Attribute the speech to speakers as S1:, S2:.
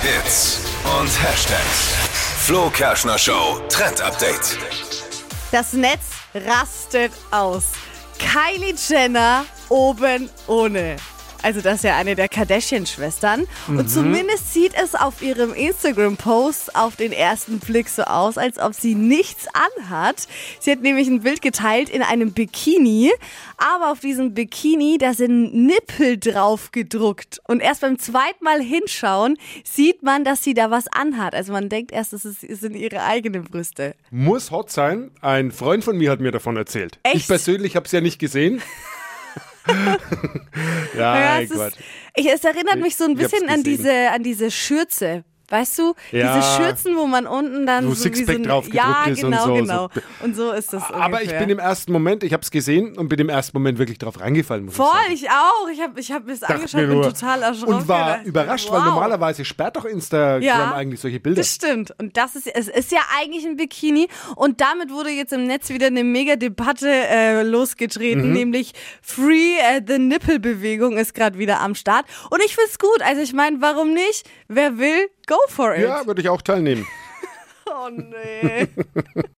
S1: Hits und Hashtags. Flo Kerschner Show Trend Update.
S2: Das Netz rastet aus. Kylie Jenner oben ohne. Also das ist ja eine der Kardashian-Schwestern. Und zumindest sieht es auf ihrem Instagram-Post auf den ersten Blick so aus, als ob sie nichts anhat. Sie hat nämlich ein Bild geteilt in einem Bikini. Aber auf diesem Bikini, da sind Nippel drauf gedruckt. Und erst beim zweiten Mal hinschauen, sieht man, dass sie da was anhat. Also man denkt erst, es ist- es sind ihre eigenen Brüste.
S3: Muss hot sein. Ein Freund von mir hat mir davon erzählt.
S2: Echt?
S3: Ich persönlich habe es ja nicht gesehen. ja,
S2: Ja,
S3: ey
S2: es,
S3: Gott.
S2: ist, ich, es erinnert mich so ein
S3: Ich hab's
S2: bisschen an
S3: gesehen.
S2: diese, an diese Schürze. Weißt du,
S3: Ja.
S2: diese Schürzen, wo man unten dann so
S3: Wo
S2: wie so
S3: Sixpack
S2: ein,
S3: draufgedruckt
S2: ja,
S3: ist und
S2: genau,
S3: so, so.
S2: genau. Und so ist das.
S3: Aber ich
S2: ungefähr.
S3: bin im ersten Moment, ich habe es gesehen und bin im ersten Moment wirklich drauf reingefallen. Muss
S2: voll,
S3: ich sagen.
S2: ich auch. Ich habe ich hab es
S3: Dachte
S2: angeschaut
S3: mir
S2: und
S3: nur-
S2: total erschrocken.
S3: Und war
S2: Dachte,
S3: überrascht, weil
S2: wow.
S3: normalerweise sperrt doch Instagram
S2: Ja.
S3: eigentlich solche Bilder.
S2: Das stimmt. Und das ist, es ist ja eigentlich ein Bikini. Und damit wurde jetzt im Netz wieder eine mega Debatte äh, losgetreten, nämlich Free äh, the Nipple-Bewegung ist gerade wieder am Start. Und ich find's gut. Also ich meine, warum nicht? Wer will, go for it.
S3: Ja, würde ich auch teilnehmen.
S2: Oh nee.